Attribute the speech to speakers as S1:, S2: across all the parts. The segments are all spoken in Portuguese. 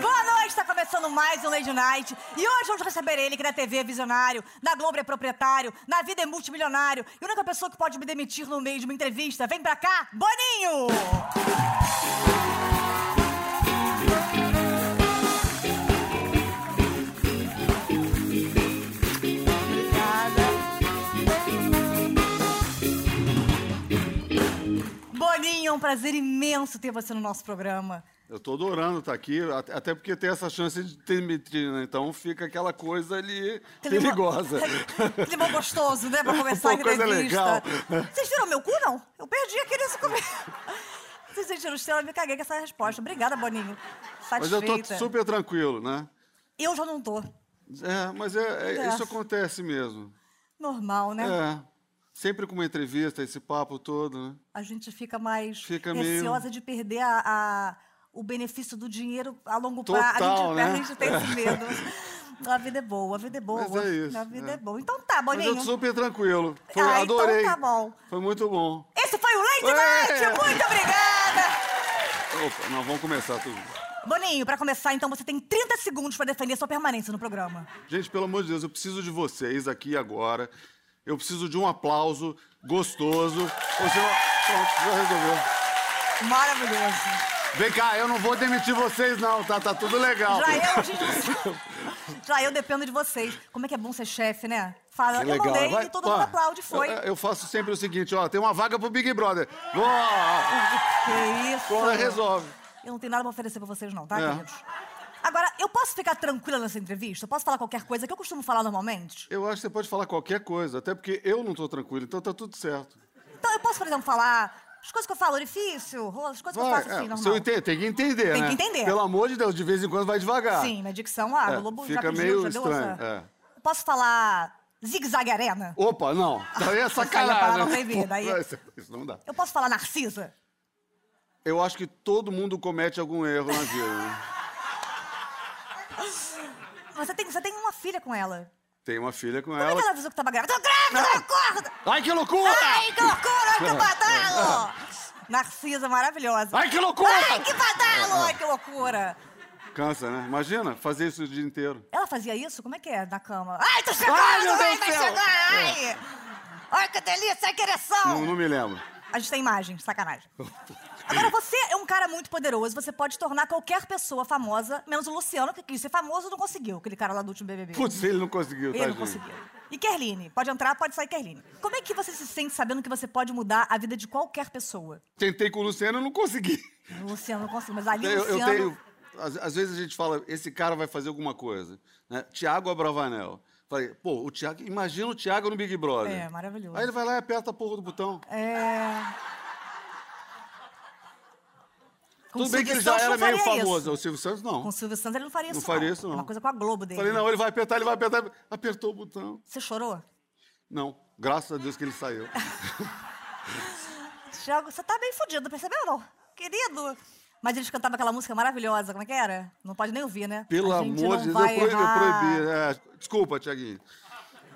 S1: Boa noite, está começando mais um Lady Night. E hoje vamos receber ele, que na TV é visionário, na Globo é proprietário, na vida é multimilionário. E a única pessoa que pode me demitir no meio de uma entrevista. Vem pra cá, Boninho! Obrigada. Boninho, é um prazer imenso ter você no nosso programa.
S2: Eu tô adorando estar aqui, at- até porque tem essa chance de ter metrina, então fica aquela coisa ali perigosa.
S1: Climão gostoso, né? Pra começar a
S2: Pô, coisa
S1: entrevista.
S2: Um legal.
S1: Vocês viram meu cu, não? Eu perdi aqui nesse começo. Vocês sentiram o estrela, me caguei com essa resposta. Obrigada, Boninho.
S2: Mas eu
S1: Satisfeita.
S2: tô super tranquilo, né?
S1: Eu já não tô.
S2: É, mas é, é-
S1: É.
S2: isso acontece mesmo.
S1: Normal, né?
S2: É. Sempre com uma entrevista, esse papo todo, né?
S1: A gente fica mais
S2: Fica meio-
S1: receosa de perder a- a- o benefício do dinheiro a longo prazo. A
S2: Total,
S1: gente, a
S2: né?
S1: gente tem esse medo. A vida é boa, a vida é boa.
S2: Mas é isso,
S1: a vida
S2: é.
S1: é, boa. Então tá,
S2: Mas
S1: Boninho.
S2: eu tô super tranquilo. Foi,
S1: Ah, então
S2: adorei.
S1: tá bom.
S2: Foi muito bom.
S1: Esse foi o Lady
S2: Ué!
S1: Night! Muito obrigada!
S2: Opa, nós vamos começar tudo.
S1: Boninho, pra começar, então, você tem 30 segundos pra defender sua permanência no programa.
S2: Gente, pelo amor de Deus, eu preciso de vocês aqui agora. Eu preciso de um aplauso gostoso. Ou senão, pronto, já resolveu.
S1: Maravilhoso.
S2: Vem cá, eu não vou demitir vocês, não, tá? Tá tudo legal.
S1: Já é. eu, gente, já eu dependo de vocês. Como é que é bom ser chefe, né? Fala,
S2: Que
S1: eu mandei
S2: vai.
S1: e todo
S2: Ó,
S1: mundo aplaude, foi.
S2: Eu, eu faço sempre o seguinte, ó, tem uma vaga pro Big Brother. Ó,
S1: que isso.
S2: Agora resolve.
S1: Eu não tenho nada pra oferecer pra vocês, não, tá,
S2: É.
S1: queridos? Agora, eu posso ficar tranquila nessa entrevista? Eu posso falar qualquer coisa que eu costumo falar normalmente?
S2: Eu acho que você pode falar qualquer coisa, até porque eu não tô tranquilo, então tá tudo certo.
S1: Então, eu posso, por exemplo, falar as coisas que eu falo, orifício, rola, as coisas que eu faço assim,
S2: é,
S1: normal.
S2: se eu entender, tem que entender,
S1: Tem que
S2: né?
S1: entender.
S2: Pelo amor de Deus, de vez em quando vai devagar.
S1: Sim, minha dicção, ah,
S2: É,
S1: o Globo já
S2: fica
S1: pediu,
S2: meio
S1: já deu
S2: estranho,
S1: essa-
S2: é.
S1: Posso falar zigue-zague arena?
S2: Opa, não. Daí
S1: palavra
S2: é sacanagem.
S1: proibida, aí-
S2: Pô, isso- Isso não dá.
S1: Eu posso falar Narcisa?
S2: Eu acho que todo mundo comete algum erro na vida. né?
S1: Ah, Você tem, você tem uma filha com ela.
S2: Tem uma filha com
S1: Como é
S2: ela.
S1: que ela avisou que tava grávida? Tô grávida,
S2: Não.
S1: acorda!
S2: Ai, que loucura!
S1: Ai, que loucura, ai, que badalo! Narcisa, maravilhosa.
S2: Ai, que loucura!
S1: Ai, que badalo, ai, que loucura.
S2: Cansa, né? Imagina fazer isso o dia inteiro.
S1: Ela fazia isso? Como é que é na cama? Ai, tô chegando,
S2: Ai, meu
S1: ai, vai
S2: Deus do céu. É.
S1: chegar, ai! Ai, que delícia, ai, que ereção!
S2: Não, não me lembro.
S1: A gente tem imagem, sacanagem. Agora, você é um cara muito poderoso, você pode tornar qualquer pessoa famosa, menos o Luciano, que quis ser famoso e não conseguiu, aquele cara lá do último BBB.
S2: Putz, ele não conseguiu,
S1: Ele
S2: tadinho.
S1: não conseguiu. E Kerline, pode entrar, pode sair Kerline. Como é que você se sente sabendo que você pode mudar a vida de qualquer pessoa?
S2: Tentei com o Luciano e não consegui.
S1: O Luciano não conseguiu, mas ali o
S2: Eu, eu
S1: Luciano...
S2: tenho... Às, às vezes a gente fala, esse cara vai fazer alguma coisa. Né? Tiago Abravanel. Falei, pô, o Tiago... Imagina o Tiago no Big Brother.
S1: É, maravilhoso.
S2: Aí ele vai lá e aperta a porra do botão.
S1: É... Com
S2: Tudo
S1: o
S2: bem que
S1: Silvio
S2: ele já
S1: Santos
S2: era
S1: não
S2: meio
S1: faria isso.
S2: famoso. O Silvio Santos, não.
S1: Com o Silvio Santos ele não faria isso,
S2: Não faria isso, não.
S1: É uma coisa com a Globo dele.
S2: Falei, não, ele vai apertar, ele vai apertar. Apertou o botão.
S1: Você chorou?
S2: Não, graças a Deus que ele saiu.
S1: Tiago, você tá bem fudido, percebeu ou não? Querido! Mas eles cantavam aquela música maravilhosa, como é que era? Não pode nem ouvir, né?
S2: Pelo
S1: A gente
S2: amor
S1: não
S2: de Deus,
S1: vai
S2: eu proibi.
S1: errar.
S2: proibi. É, desculpa, Tiaguinho.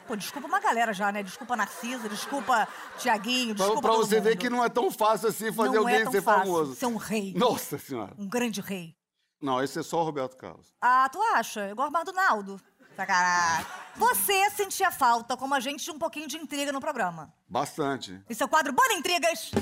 S1: Pô, desculpa uma galera já, né? Desculpa Narcisa, desculpa Tiaguinho,
S2: Pra,
S1: desculpa
S2: pra
S1: todo
S2: você ver
S1: mundo.
S2: que não é tão fácil assim fazer
S1: Não é
S2: alguém
S1: tão
S2: ser
S1: fácil
S2: famoso.
S1: ser um rei.
S2: Nossa senhora.
S1: Um grande rei.
S2: Não, esse é só o Roberto Carlos.
S1: Ah, tu acha? Igual Armando Naldo. Sacanagem. Você sentia falta, como a gente, de um pouquinho de intriga no programa.
S2: Bastante.
S1: Esse é o quadro Bora Intrigas.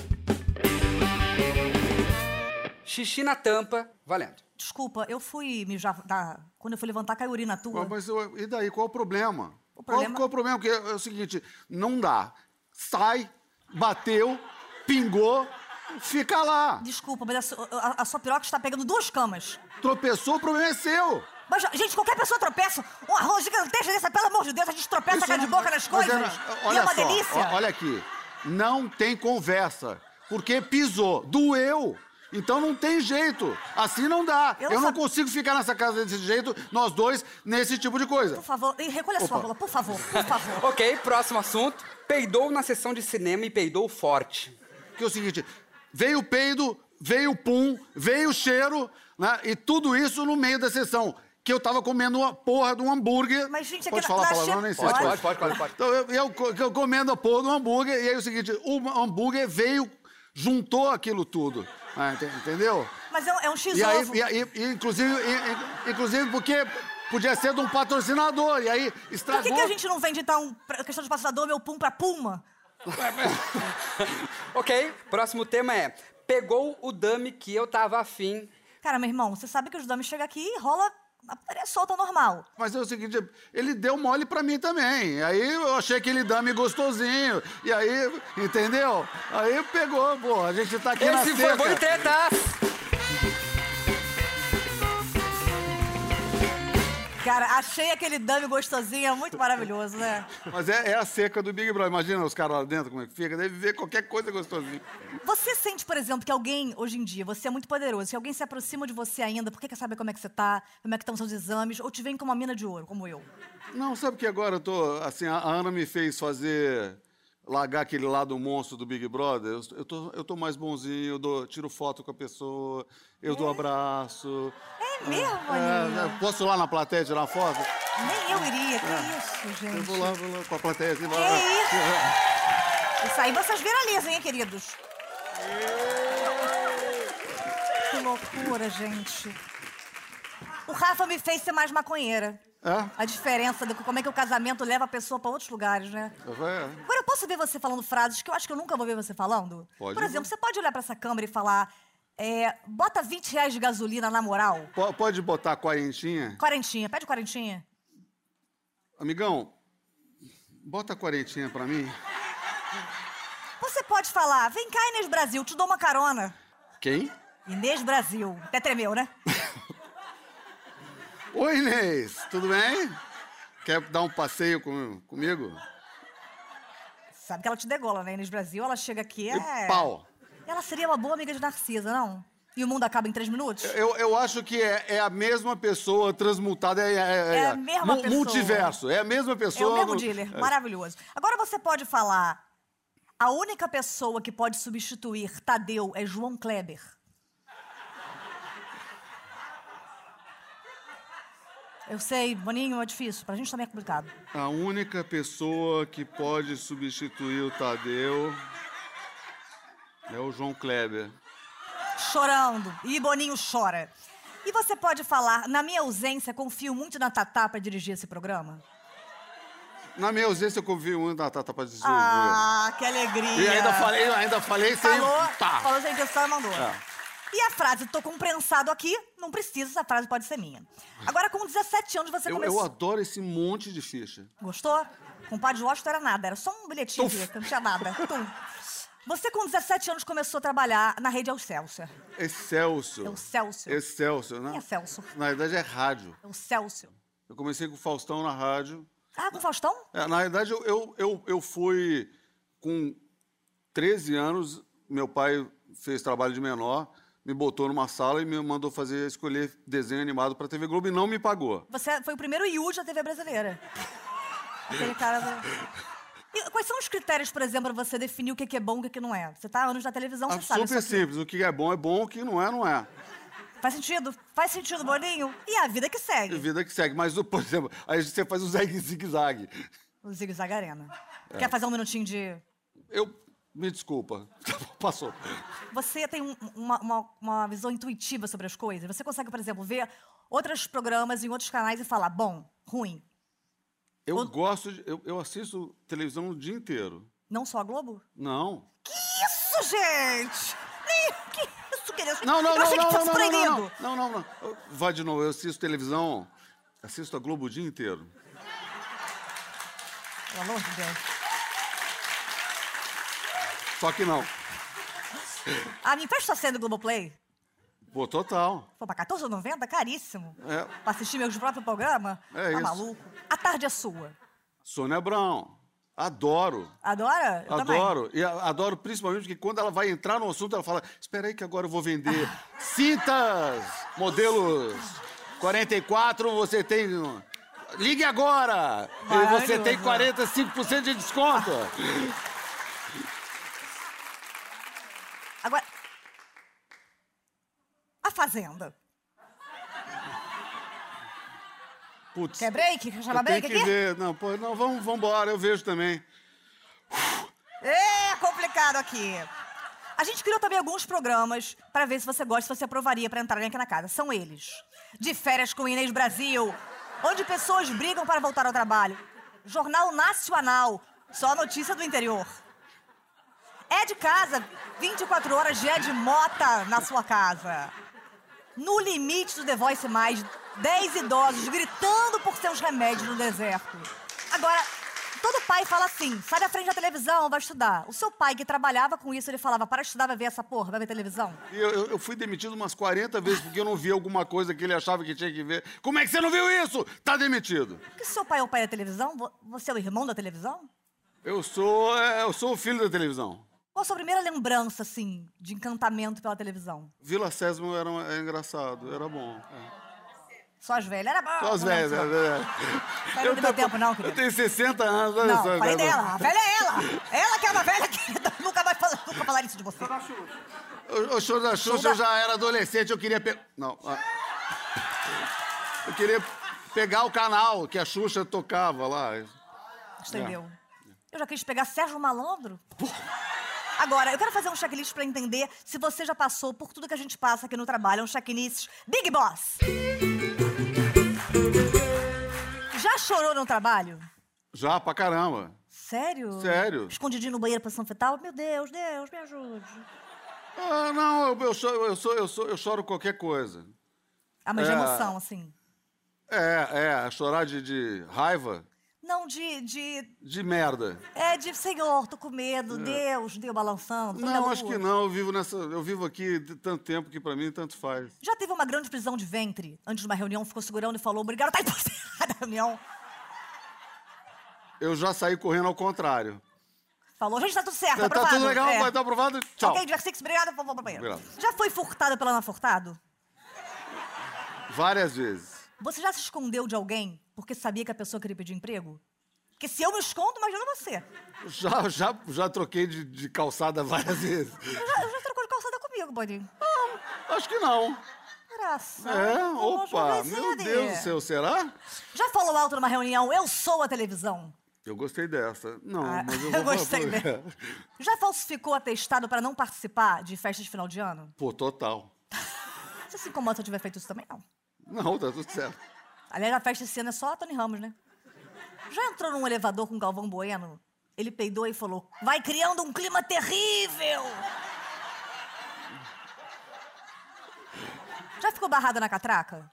S3: Xixi na tampa, valendo.
S1: Desculpa, eu fui mijar... na- Quando eu fui levantar, caiu urina tua.
S2: Mas, eu- e daí, qual é o problema?
S1: O
S2: Qual-
S1: problema-
S2: Qual, é o problema? Porque é o seguinte, não dá. Sai, bateu, pingou, fica lá.
S1: Desculpa, mas a, su- a- a sua piroca está pegando duas camas.
S2: Tropeçou, o problema é seu.
S1: Mas, gente, qualquer pessoa tropeça. Um arroz gigantesco dessa, pelo amor de Deus, a gente tropeça,
S2: Isso
S1: cai de
S2: não-
S1: boca nas
S2: Mas
S1: coisas.
S2: é-
S1: e
S2: olha
S1: é uma
S2: só,
S1: delícia.
S2: o- Olha aqui, não tem conversa, porque pisou, doeu. Então não tem jeito. Assim não dá.
S1: Eu
S2: Eu
S1: não
S2: não,
S1: sab-
S2: consigo ficar nessa casa desse jeito, nós dois, nesse tipo de coisa.
S1: Por favor, e recolha a sua
S2: Opa.
S1: bola, por favor, por favor.
S3: Ok, próximo assunto. Peidou na sessão de cinema e peidou forte.
S2: Porque é o seguinte, veio o peido, veio o pum, veio o cheiro, né? E tudo isso no meio da sessão. Que eu tava comendo uma porra de um hambúrguer.
S1: Mas, gente, aqui
S2: Pode
S1: na-
S2: falar
S1: na
S2: palavrão,
S1: che-
S2: nem sei.
S1: Pode,
S2: se
S1: pode,
S3: pode, pode.
S2: Então, eu, eu co- eu comendo a porra do hambúrguer, e aí é o seguinte, o hambúrguer veio, juntou aquilo tudo. Ah, ente- entendeu?
S1: Mas é, um- é um x
S2: E aí,
S1: ovo.
S2: e aí- e inclusive, e- e- inclusive porque podia ser de um patrocinador, e aí
S1: Por
S2: estragou.
S1: que, que a gente não vende, então, pra- questão de passador, meu pum pra puma?
S3: Ok, próximo tema é. Pegou o dame que eu tava afim.
S1: Cara, meu irmão, você sabe que os dames chegam aqui e rola a putaria solta normal.
S2: Mas é o seguinte, ele deu mole pra mim também. E Aí eu achei que ele dame gostosinho. E aí, entendeu? Aí pegou, pô, a gente tá aqui na
S3: Esse foi
S2: seca.
S3: bom de treta!
S1: Cara, achei aquele dame gostosinho, é muito maravilhoso, né?
S2: Mas é, é a seca do Big Brother. Imagina os caras lá dentro como é que fica. Deve ver qualquer coisa gostosinha.
S1: Você sente, por exemplo, que alguém, hoje em dia, você é muito poderoso, se alguém se aproxima de você ainda, porque quer saber como é que você tá, como é que estão seus exames, ou te vem com uma mina de ouro, como eu.
S2: Não, sabe que agora eu tô. Assim, a a Ana me fez fazer. Largar aquele lado monstro do Big Brother, eu, eu tô, eu tô mais bonzinho, eu dou- tiro foto com a pessoa, eu dou abraço.
S1: É mesmo,
S2: É,
S1: Aninha?
S2: é, posso ir lá na plateia tirar foto?
S1: Nem eu iria, que isso,
S2: É. Eu vou
S1: gente.
S2: lá, É. vou lá com a plateia assim.
S1: Que É isso? Isso aí vocês viralizam, hein, queridos? Que loucura, gente. O Rafa me fez ser mais maconheira.
S2: É?
S1: A diferença de como é que o casamento leva a pessoa pra outros lugares, né?
S2: É,
S1: Agora, eu posso ver você falando frases que eu acho que eu nunca vou ver você falando?
S2: Pode.
S1: Por exemplo, você pode olhar pra essa câmera e falar... é, bota 20 reais de gasolina na moral.
S2: po- Pode botar quarentinha?
S1: Quarentinha. Pede quarentinha.
S2: Amigão, bota quarentinha pra mim.
S1: Você pode falar... Vem cá, Inês Brasil, te dou uma carona.
S2: Quem?
S1: Inês Brasil. Até tremeu, né?
S2: Oi, Inês, tudo bem? Quer dar um passeio com- comigo?
S1: Sabe que ela te degola, né? Inês Brasil, ela chega aqui... É...
S2: E pau.
S1: Ela seria uma boa amiga de Narcisa, não? E o mundo acaba em três minutos?
S2: Eu, eu acho que é, é a mesma pessoa transmutada. É,
S1: É a mesma
S2: mu-
S1: pessoa.
S2: Multiverso. É a mesma
S1: É o
S2: pessoa.
S1: mesmo
S2: no-
S1: dealer.
S2: É.
S1: Maravilhoso. Agora você pode falar... A única pessoa que pode substituir Tadeu é João Kleber. Eu sei, Boninho, é difícil. Pra gente também é complicado.
S2: A única pessoa que pode substituir o Tadeu é o João Kleber.
S1: Chorando. E Boninho chora. E você pode falar, na minha ausência, confio muito na Tatá pra dirigir esse programa?
S2: Na minha ausência, eu convi um da Tata pra desenvolver.
S1: Ah, que alegria.
S2: E ainda falei, ainda falei sem.
S1: Falou,
S2: Pá.
S1: falou sem intenção e mandou.
S2: É.
S1: E a frase, tô com um prensado aqui, não precisa, essa frase pode ser minha. Agora, com 17 anos, você
S2: Eu, eu
S1: começou.
S2: adoro esse monte de ficha.
S1: Gostou? Com o Padre Washington era nada, era só um bilhetinho,
S2: Tuf.
S1: que não tinha nada. Tum. Você, com 17 anos, começou a trabalhar na rede Excelsior.
S2: Excelso.
S1: Excelsior.
S2: Excelso, né?
S1: É Quem é Celso?
S2: Na verdade, é rádio.
S1: Excelsior.
S2: Eu comecei com o Faustão na rádio.
S1: Ah, com o Faustão?
S2: É, na verdade, eu, eu, eu, eu fui com 13 anos, meu pai fez trabalho de menor, me botou numa sala e me mandou fazer escolher desenho animado pra TV Globo e não me pagou.
S1: Você é, foi o primeiro Yuji da TV brasileira. Aquele cara. da- E quais são os critérios, por exemplo, pra você definir o que que é bom e o que que não é? Você tá há anos na televisão,
S2: Ah,
S1: você sabe.
S2: super
S1: isso aqui.
S2: simples, o que é bom é bom, o que não é, não é.
S1: Faz sentido? Faz sentido, Boninho? E a vida que
S2: E
S1: segue.
S2: vida que segue. Mas, por exemplo, aí você faz o zigue-zague.
S1: O Zig Zag Arena.
S2: É.
S1: Quer fazer um minutinho de...
S2: Eu. Me desculpa. Passou.
S1: Você tem um- uma, uma- uma visão intuitiva sobre as coisas. Você consegue, por exemplo, ver outros programas em outros canais e falar bom, ruim.
S2: Eu
S1: Ô-
S2: gosto de. Eu, eu assisto televisão o dia inteiro.
S1: Não só a Globo?
S2: Não.
S1: Isso, gente! Ih, Que isso, querido?
S2: Não, não,
S1: Eu
S2: não,
S1: achei
S2: não,
S1: que
S2: não,
S1: fosse
S2: não, não,
S1: proibido.
S2: não, não, não, não. Eu- Vai de novo, eu assisto televisão, assisto a Globo o dia inteiro.
S1: Pelo amor de Deus.
S2: Só que não.
S1: Ah, me empresta a senha do Globoplay?
S2: Pô, total.
S1: Pô, pra 14,90? Caríssimo.
S2: É.
S1: Pra assistir meu próprio programa?
S2: É
S1: tá
S2: isso.
S1: maluco? A tarde é sua.
S2: Sônia Brown. Adoro.
S1: Adora? Eu também.
S2: Adoro. E a- adoro principalmente porque quando ela vai entrar no assunto, ela fala: Espera aí que agora eu vou vender cintas, modelos 44, você tem. Ligue agora! E você
S1: né?"
S2: tem 45% de desconto!
S1: Agora. A Fazenda.
S2: Putz.
S1: Quer break? Quer chamar
S2: eu tenho
S1: break
S2: que
S1: aqui?
S2: ver. Não, pô, não, vamos, vamos embora, eu vejo também.
S1: É complicado aqui. A gente criou também alguns programas pra ver se você gosta, se você aprovaria pra entrar aqui na casa. São eles: De Férias com Inês Brasil, onde pessoas brigam para voltar ao trabalho. Jornal Nacional, só notícia do interior. É de casa, 24 horas de Ed Mota na sua casa. No limite do The Voice Mais, 10 idosos gritando por seus remédios no deserto. Agora, todo pai fala assim, sai da frente da televisão, vai estudar. O seu pai que trabalhava com isso, ele falava, para de estudar, vai ver essa porra, vai ver televisão.
S2: E Eu, eu- eu fui demitido umas 40 vezes porque eu não vi alguma coisa que ele achava que tinha que ver. Como é que você não viu isso? Tá demitido.
S1: Porque se seu pai é o pai da televisão, vo- você é o irmão da televisão?
S2: Eu sou, é, eu sou o filho da televisão.
S1: Qual a sua primeira lembrança, assim, de encantamento pela televisão?
S2: Vila Sésamo era, um- é engraçado, era bom. É.
S1: Só as velhas, era bom.
S2: Só as velhas,
S1: né?
S2: é verdade.
S1: Mas não me deu tempo, não, querido.
S2: Eu tenho 60 anos, olha
S1: Não,
S2: só.
S1: falei
S2: cara.
S1: dela, a velha é ela. Ela que é uma velha que nunca vai falar, nunca falar isso de você.
S2: O, o show da Xuxa,
S1: da-
S2: eu já era adolescente, eu queria pegar... Não. ah. Eu queria pegar o canal que a Xuxa tocava lá.
S1: Entendeu?
S2: É.
S1: Eu já quis pegar Sérgio Malandro. Agora, eu quero fazer um checklist pra entender se você já passou por tudo que a gente passa aqui no trabalho. É um checklist Big Boss. Já chorou no trabalho?
S2: Já, pra caramba.
S1: Sério?
S2: Sério.
S1: Escondidinho no banheiro posição fetal? Meu Deus, Deus, me ajude.
S2: Ah, não, eu, eu, choro, eu, sou, eu, sou, eu choro qualquer coisa.
S1: Ah, mas de
S2: É.
S1: emoção, assim.
S2: É, é, chorar de, de raiva,
S1: Não, de, de...
S2: de merda.
S1: É de, senhor, tô com medo, Deus, deu balançando. tô me
S2: É. Não,
S1: dando
S2: acho que
S1: duro.
S2: não. Eu vivo, nessa, eu vivo aqui de tanto tempo que pra mim tanto faz.
S1: Já teve uma grande prisão de ventre antes de uma reunião, ficou segurando e falou: obrigado, tá impossível da reunião.
S2: Eu já saí correndo ao contrário.
S1: Falou: gente, tá tudo certo,
S2: Tá,
S1: aprovado.
S2: tudo legal,
S1: é.
S2: vai estar aprovado. Tchau.
S1: Ok, Diversix, obrigado, vou vou pro banheiro.
S2: Obrigado.
S1: Já foi furtada pela Ana Furtado?
S2: Várias vezes.
S1: Você já se escondeu de alguém porque sabia que a pessoa queria pedir emprego? Porque se eu me escondo, imagina você.
S2: Já, já, já troquei de, de calçada várias vezes.
S1: Eu já, eu já trocou de calçada comigo, Boninho.
S2: Acho que não.
S1: Graça.
S2: É,
S1: Eu vou
S2: opa,
S1: convencer
S2: meu
S1: de-
S2: Deus do céu, será?
S1: Já falou alto numa reunião, eu sou a televisão.
S2: Eu gostei dessa. Não,
S1: Ah,
S2: mas eu
S1: eu
S2: vou
S1: gostei dela. Já falsificou atestado pra não participar de festas de final de ano?
S2: Pô, total.
S1: Você se incomoda se eu tiver feito isso também? Não.
S2: Não, tá tudo certo.
S1: Aliás, a festa esse ano é só Tony Ramos, né? Já entrou num elevador com Galvão Bueno? Ele peidou e falou: vai criando um clima terrível! Já ficou barrada na catraca?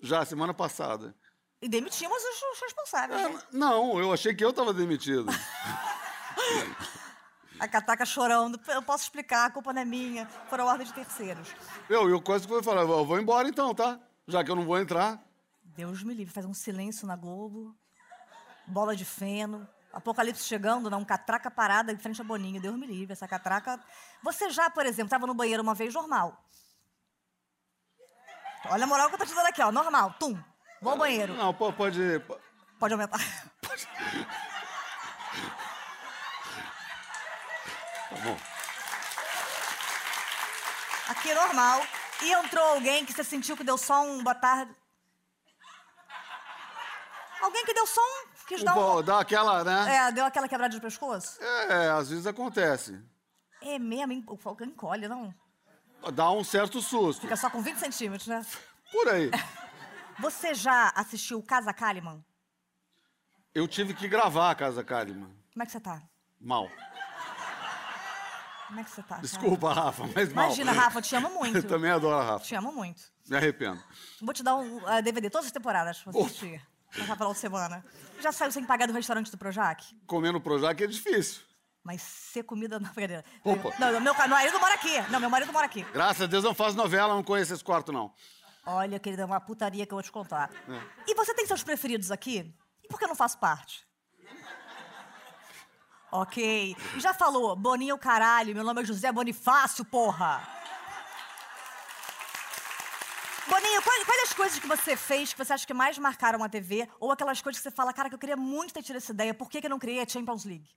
S2: Já, semana passada.
S1: E demitimos os, os responsáveis. né?
S2: Ah, Não, eu achei que eu tava demitido.
S1: A catraca chorando. Eu posso explicar, a culpa não é minha. Foram ordens de terceiros.
S2: Eu, eu quase que fui falar, eu vou embora então, tá? Já que eu não vou entrar.
S1: Deus me livre, faz um silêncio na Globo. Bola de feno. Apocalipse chegando, não, catraca parada em frente a Boninho. Deus me livre, essa catraca. Você já, por exemplo, estava no banheiro uma vez normal. Olha a moral que eu tô te dando aqui, ó. Normal, tum. Vou ao banheiro.
S2: Não, pô, pode.
S1: Pode aumentar.
S2: Tá bom.
S1: Aqui é normal. E entrou alguém que você sentiu que deu só um boa tarde. Alguém que deu só um. Quis dar
S2: Pô,
S1: um.
S2: dá aquela, né?
S1: É, deu aquela quebrada de pescoço?
S2: É, às vezes acontece.
S1: É mesmo, hein? o falcão encolhe, não.
S2: Dá um certo susto.
S1: Fica só com 20 centímetros, né?
S2: Por aí.
S1: Você já assistiu Casa Kalimann?
S2: Eu tive que gravar a Casa Kalimann.
S1: Como é que você tá?
S2: Mal.
S1: Como é que você tá? cara?
S2: Desculpa, Rafa, mas mal.
S1: Imagina, Rafa, eu te amo muito.
S2: Eu também adoro a Rafa.
S1: Te amo muito.
S2: Me arrependo.
S1: Vou te dar um ah, DVD todas as temporadas pra você assistir. Passar pela semana. Já saiu sem pagar do restaurante do Projac?
S2: Comendo Projac é difícil.
S1: Mas ser comida na brincadeira.
S2: Opa.
S1: Não, meu, meu marido mora aqui. Não, meu marido mora aqui.
S2: Graças a Deus não faz novela, não conheço esse quarto, não.
S1: Olha, querida, é uma putaria que eu vou
S2: É.
S1: te contar. E você tem seus preferidos aqui? E por que eu não faço parte? Ok. E já falou, Boninho caralho, meu nome é José Bonifácio, porra. Boninho, quais, quais as coisas que você fez que você acha que mais marcaram a TV? Ou aquelas coisas que você fala, cara, que eu queria muito ter tido essa ideia, por que, que eu não criei a Champions League?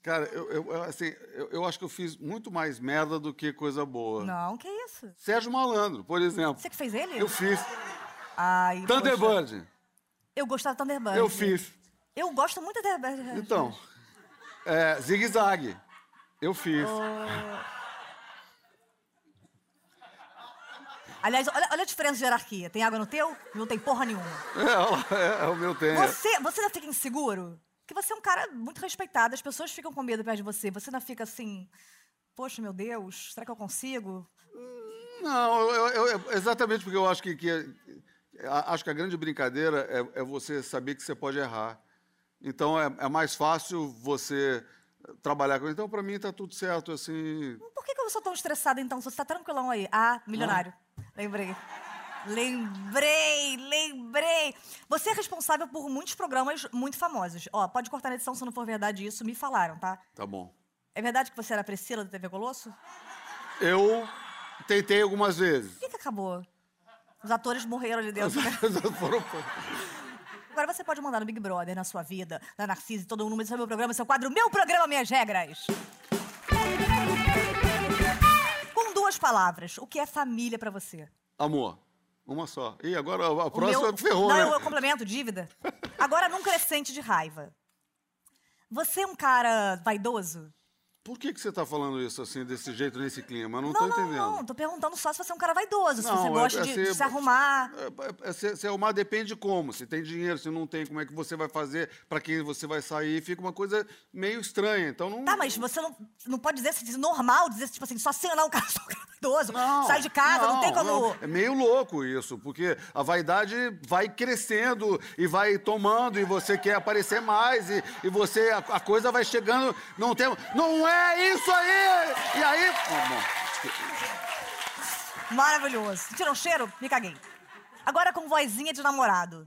S2: Cara, eu, eu- eu, assim, eu, eu acho que eu fiz muito mais merda do que coisa boa.
S1: Não, que isso?
S2: Sérgio Malandro, por exemplo.
S1: Você que fez ele?
S2: Eu fiz.
S1: Ai, poxa.
S2: Thunderbird,
S1: Eu gostava do Thunderbird.
S2: eu fiz.
S1: Eu gosto muito do Thunderbird.
S2: Então, é, Zig Zag, eu fiz.
S1: Oh. Aliás, olha, olha a diferença de hierarquia. Tem água no teu? Não tem porra nenhuma.
S2: É, olha lá, é, o meu tem. é.
S1: Você, você ainda fica inseguro? Porque você é um cara muito respeitado, as pessoas ficam com medo perto de você. Você ainda fica assim, poxa, meu Deus, será que eu consigo?
S2: Não, eu- eu- eu- exatamente porque eu acho que, que é- a- acho que a grande brincadeira é, é você saber que você pode errar. Então é, é mais fácil você trabalhar com. Então para mim tá tudo certo assim.
S1: Por que, que eu sou tão estressada então? Se você tá tranquilão aí. Ah, milionário. Lembrei. Lembrei, lembrei. Você é responsável por muitos programas muito famosos. Ó, pode cortar na edição se não for verdade isso, me falaram, tá?
S2: Tá bom.
S1: É verdade que você era a Priscila da TV Colosso?
S2: Eu tentei algumas vezes.
S1: Por que, que acabou? Os atores morreram ali dentro, né?
S2: Foram-
S1: Agora você pode mandar no Big Brother, na sua vida, na Narcisa, em todo mundo. Esse é meu programa, esse é o quadro Meu Programa, Minhas Regras. Com duas palavras, o que é família pra você?
S2: Amor, uma só. E agora a- a
S1: O
S2: próxima
S1: meu-
S2: ferrou,
S1: Não,
S2: né?
S1: eu, eu complemento, dívida. Agora, num crescente de raiva. Você é um cara vaidoso?
S2: Por que, que você tá falando isso assim, desse jeito, nesse clima? Eu não,
S1: não,
S2: tô
S1: não,
S2: entendendo.
S1: não. Tô perguntando só se você é um cara vaidoso, se
S2: Não,
S1: você
S2: é-
S1: gosta
S2: é
S1: de,
S2: ser-
S1: de se arrumar.
S2: É, é, é, Se, se arrumar depende de como. Se tem dinheiro, se não tem, como é que você vai fazer, pra quem você vai sair, fica uma coisa meio estranha. Então não.
S1: Tá, mas você não, não pode dizer se diz normal, dizer tipo assim, só assinar o cara, só o cara vaidoso,
S2: Não,
S1: sai de casa, não, tem como.
S2: não. É meio louco isso, porque a vaidade vai crescendo e vai tomando, e você quer aparecer mais, e, e você. A, a coisa vai chegando. Não tem. Não é isso aí! E aí. Bom, bom.
S1: Maravilhoso. Sentiram o cheiro? Me caguei. Agora com vozinha de namorado.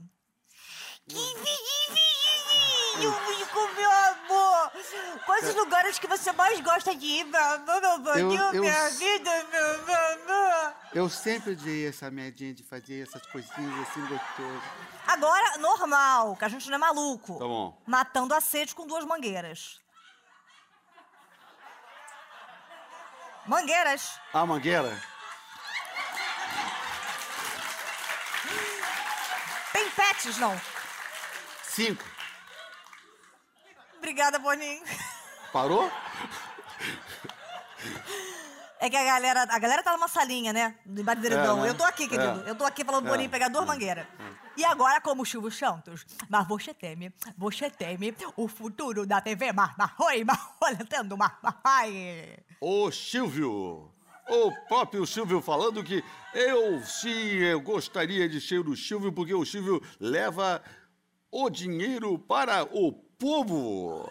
S1: Com meu amor, quais os lugares que você mais gosta de ir, meu amor, meu banho,
S2: Eu- eu-
S1: minha vida, meu, meu amor?
S2: Eu sempre dei essa medinha de fazer essas coisinhas assim gostosas.
S1: Agora, normal, que a gente não é maluco.
S2: Tá bom.
S1: Matando a sede com duas mangueiras. Mangueiras.
S2: A Ah, mangueira?
S1: Tem pets, não?
S2: Cinco.
S1: Obrigada, Boninho.
S2: Parou?
S1: É que a galera, a galera tá numa salinha, né? Do Ibadiridão.
S2: É, né?
S1: Eu tô aqui, querido.
S2: É.
S1: Eu tô aqui falando do
S2: É. Hum.
S1: Boninho pegar duas mangueiras. E agora, como o Silvio Santos. Mas você teme, você teme o futuro da TV. Mas, mas, oi, mas, olha, tendo, mas, mas, ai.
S2: O Silvio. O próprio Silvio falando que eu sim, eu gostaria de ser o Silvio, porque o Silvio leva o dinheiro para o povo.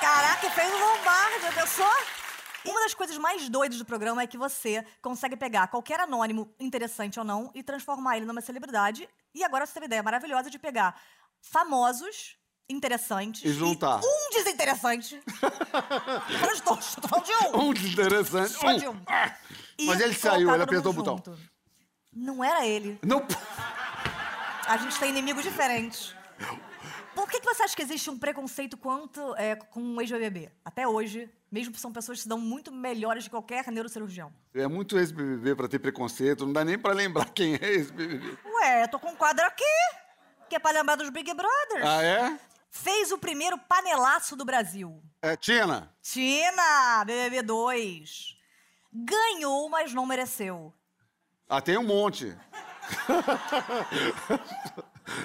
S1: Caraca, fez o Lombardi, já pensou? Uma das coisas mais doidas do programa é que você consegue pegar qualquer anônimo, interessante ou não, e transformar ele numa celebridade. E agora você teve a ideia maravilhosa de pegar famosos, interessantes.
S2: E juntar.
S1: um desinteressante. Tô falando de todos, tô falando de um.
S2: Um desinteressante.
S1: Só de um. E
S2: Mas ele saiu,
S1: colocar
S2: ele
S1: todo mundo
S2: apertou o botão.
S1: junto. Não era ele.
S2: Não.
S1: A gente tem inimigos diferentes. Por que, que você acha que existe um preconceito quanto é, com o ex-BBB? Até hoje, mesmo que são pessoas que se dão muito melhores de qualquer neurocirurgião.
S2: É muito ex-BBB pra ter preconceito, não dá nem pra lembrar quem é ex-BBB.
S1: Ué, eu tô com um quadro aqui, que é pra lembrar dos Big Brothers.
S2: Ah, é?
S1: Fez o primeiro panelaço do Brasil.
S2: É Tina.
S1: Tina, BBB 2. Ganhou, mas não mereceu.
S2: Ah, tem um monte.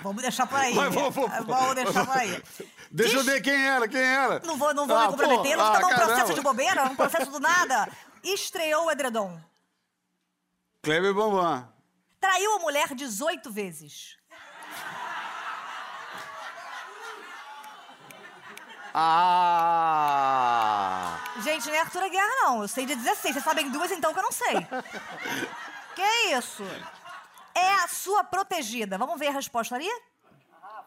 S1: Vamos deixar por aí.
S2: Mas vamos- vamos-
S1: Vamos deixar por aí.
S2: Deixa eu
S1: Diz-
S2: ver quem era, quem era.
S1: Não vou, não vou
S2: Ah,
S1: me comprometer, não
S2: pô,
S1: vou
S2: ah,
S1: ficar num processo
S2: caramba.
S1: de bobeira, um processo do nada. Estreou o edredom.
S2: Kleber Bambam.
S1: Traiu a mulher 18 vezes.
S2: Ah!
S1: Gente, não é Arthur Guerra, não. Eu sei de 16. Vocês sabem duas, então, que eu não sei. que isso? É a sua protegida. Vamos ver a resposta ali?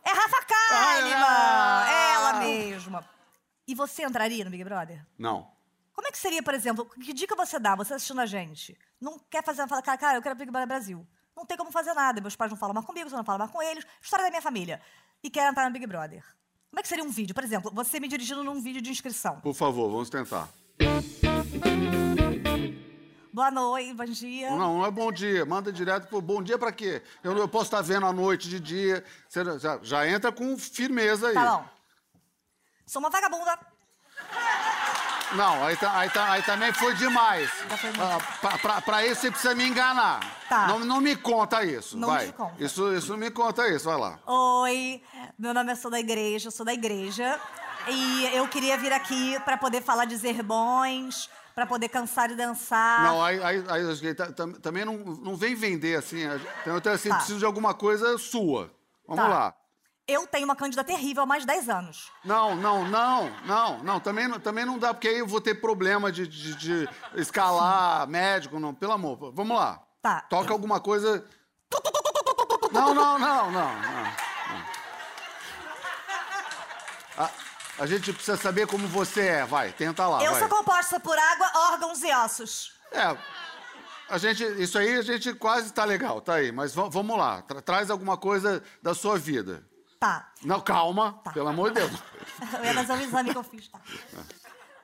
S1: É Rafa Kalimann!
S2: Ah!
S1: Ela mesma. E você entraria no Big Brother?
S2: Não.
S1: Como é que seria, por exemplo, que dica você dá? Você assistindo a gente, não quer fazer, fala, cara, cara, eu quero Big Brother Brasil. Não tem como fazer nada, meus pais não falam mais comigo, eu não falo mais com eles, história da minha família. E quer entrar no Big Brother. Como é que seria um vídeo? Por exemplo, você me dirigindo num vídeo de inscrição.
S2: Por favor, vamos tentar.
S1: Boa noite, bom dia.
S2: Não, não é bom dia. Manda direto pro bom dia pra quê? Eu, não- eu posso estar vendo à noite, de dia. Você já, já entra com firmeza aí.
S1: Tá bom. Sou uma vagabunda.
S2: Não, aí, tá- aí tá- aí também foi demais.
S1: Já foi muito.
S2: Ah, pra, pra- pra isso você precisa me enganar.
S1: Tá.
S2: Não, não me conta isso.
S1: Não
S2: vai.
S1: te conta.
S2: Isso, isso não me conta isso, vai lá.
S1: Oi, meu nome é Sou da Igreja, eu sou da Igreja. E eu queria vir aqui pra poder falar de zerbões, pra poder cansar e dançar.
S2: Não, aí, aí- aí eu acho que tá- tam- também não, não vem vender assim. a- Então eu tenho, assim,
S1: Tá.
S2: preciso de alguma coisa sua. Vamos
S1: Tá.
S2: lá.
S1: Eu tenho uma cândida terrível há mais de 10 anos.
S2: Não, não, não, não, não. Também, não- também não dá, porque aí eu vou ter problema de, de- de escalar médico, não. Pelo amor, vamos lá.
S1: Tá.
S2: Toca alguma coisa. Não, não, não, não. não. A, a gente precisa saber como você é. Vai, tenta lá.
S1: eu
S2: vai.
S1: sou composta por água, órgãos e ossos.
S2: É. A gente, isso aí a gente quase tá legal, tá aí. Mas va- vamos lá. tra- traz alguma coisa da sua vida.
S1: Tá.
S2: Não, calma,
S1: Tá.
S2: pelo amor de Deus.
S1: Eu ia fazer um exame que eu fiz, tá?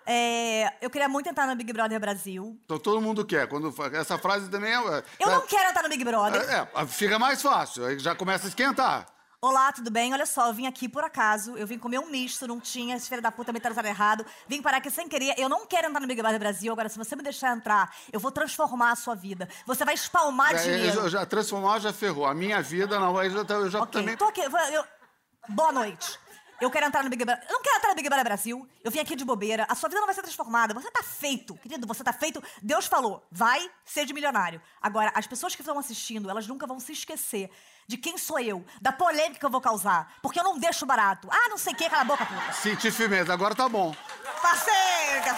S1: É, eu queria muito entrar no Big Brother Brasil.
S2: Então, todo mundo quer. Quando, fa- essa frase também é.
S1: Eu
S2: é-
S1: não quero entrar no Big Brother.
S2: É, é, fica mais fácil, aí já começa a esquentar.
S1: Olá, tudo bem? Olha só, eu vim aqui por acaso, eu vim comer um misto, não tinha, esse filho da puta me trataram errado, vim parar aqui sem querer, eu não quero entrar no Big Brother Brasil, agora se você me deixar entrar, eu vou transformar a sua vida, você vai espalmar
S2: É, eu
S1: dinheiro.
S2: já- já transformar já ferrou. A minha vida não, aí já, tá- eu já
S1: Ok,
S2: também.
S1: tô aqui, vou- eu- boa noite. Eu quero entrar no Big Brother. Eu não quero entrar no Big Brother Brasil. Eu vim aqui de bobeira. A sua vida não vai ser transformada. Você tá feito, querido. Você tá feito. Deus falou. Vai ser de milionário. Agora, as pessoas que estão assistindo, elas nunca vão se esquecer de quem sou eu, da polêmica que eu vou causar. Porque eu não deixo barato. Ah, não sei o que, cala a boca, puta.
S2: Senti firmeza, agora tá bom.
S1: Parceira!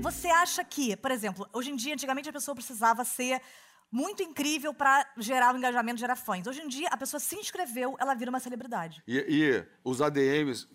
S1: Você acha que, por exemplo, hoje em dia, antigamente a pessoa precisava ser muito incrível pra gerar o engajamento, gerar fãs. Hoje em dia, a pessoa se inscreveu, ela vira uma celebridade.
S2: E, e os ADMs,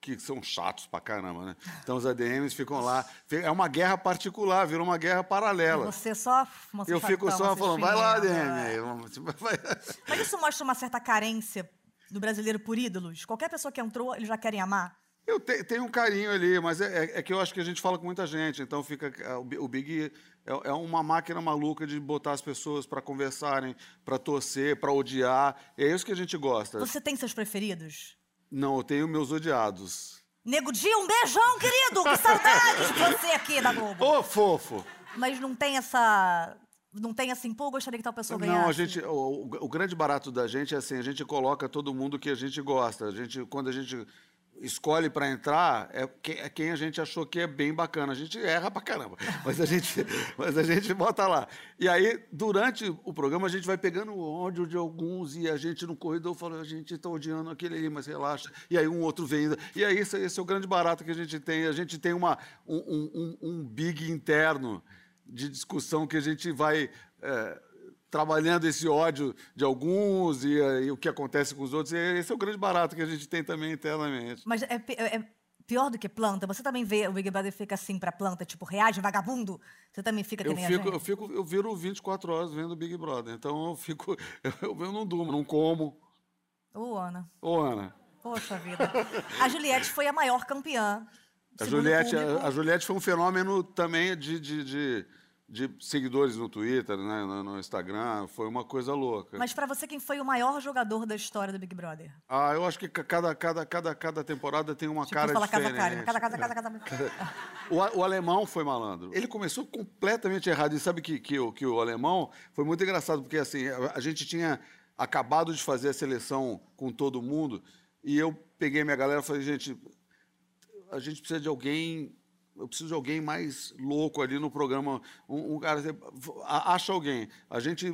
S2: que são chatos pra caramba, né? Então os ADMs ficam lá. É uma guerra particular, virou uma guerra paralela.
S1: Você é só. moça
S2: Eu fico
S1: chatão, moça
S2: só falando, vai lá,
S1: chata."
S2: ADM. aí, vamos- tipo, vai-
S1: né?" É. Mas isso mostra uma certa carência do brasileiro por ídolos. Qualquer pessoa que entrou, eles já querem amar.
S2: Eu te- tenho um carinho ali, mas é, é- é que eu acho que a gente fala com muita gente, então fica. é, o Bi- O Big é, é uma máquina maluca de botar as pessoas pra conversarem, pra torcer, pra odiar. É isso que a gente gosta.
S1: Você tem seus preferidos?
S2: Não, eu tenho meus odiados.
S1: Nego Di, um beijão, querido! Que saudade de você aqui da Globo!
S2: Ô, fofo!
S1: Mas não tem essa. Não tem assim, pô, eu gostaria que tal pessoa ganhasse.
S2: Não, a gente, o, o- o grande barato da gente é assim, a gente coloca todo mundo que a gente gosta. A gente, quando a gente escolhe pra entrar, é que- é quem a gente achou que é bem bacana. A gente erra pra caramba, mas a gente, mas a gente bota lá. E aí, durante o programa, a gente vai pegando o ódio de alguns e a gente no corredor fala, a gente tá odiando aquele ali, mas relaxa. E aí um outro vem. ainda. E aí, esse, esse é o grande barato que a gente tem. A gente tem uma, um, um- um- um big interno de discussão que a gente vai... é, trabalhando esse ódio de alguns e, eh, e o que acontece com os outros. E esse é o grande barato que a gente tem também internamente.
S1: Mas é, pi- é- é pior do que planta. Você também vê o Big Brother fica assim pra planta, tipo, reage, vagabundo? Você também fica que
S2: Eu
S1: nem
S2: fico,
S1: a gente?
S2: eu fico, eu viro 24 horas vendo Big Brother. Então eu fico, eu, eu não durmo, não como.
S1: Ô, Ana.
S2: Ô, Ana,
S1: Poxa vida. A Juliette foi a maior campeã.
S2: a
S1: segundo o
S2: Juliette,
S1: público.
S2: a, a Juliette foi um fenômeno também de, de, de- de seguidores no Twitter, né, no, no Instagram. Foi uma coisa louca.
S1: Mas pra você, quem foi o maior jogador da história do Big Brother?
S2: Ah, eu acho que ca- cada, cada, cada, cada temporada tem uma
S1: Tipo,
S2: cara
S1: fala casa
S2: diferente. É.
S1: a cara. Casa, casa, casa, casa.
S2: O, a- o alemão foi malandro. Ele começou completamente errado. E sabe que, que, o- que o alemão foi muito engraçado, porque assim, a, a gente tinha acabado de fazer a seleção com todo mundo, e eu peguei minha galera e falei, gente, a gente precisa de alguém. Eu preciso de alguém mais louco ali no programa. Um, um cara. assim, a- Acha alguém. A gente.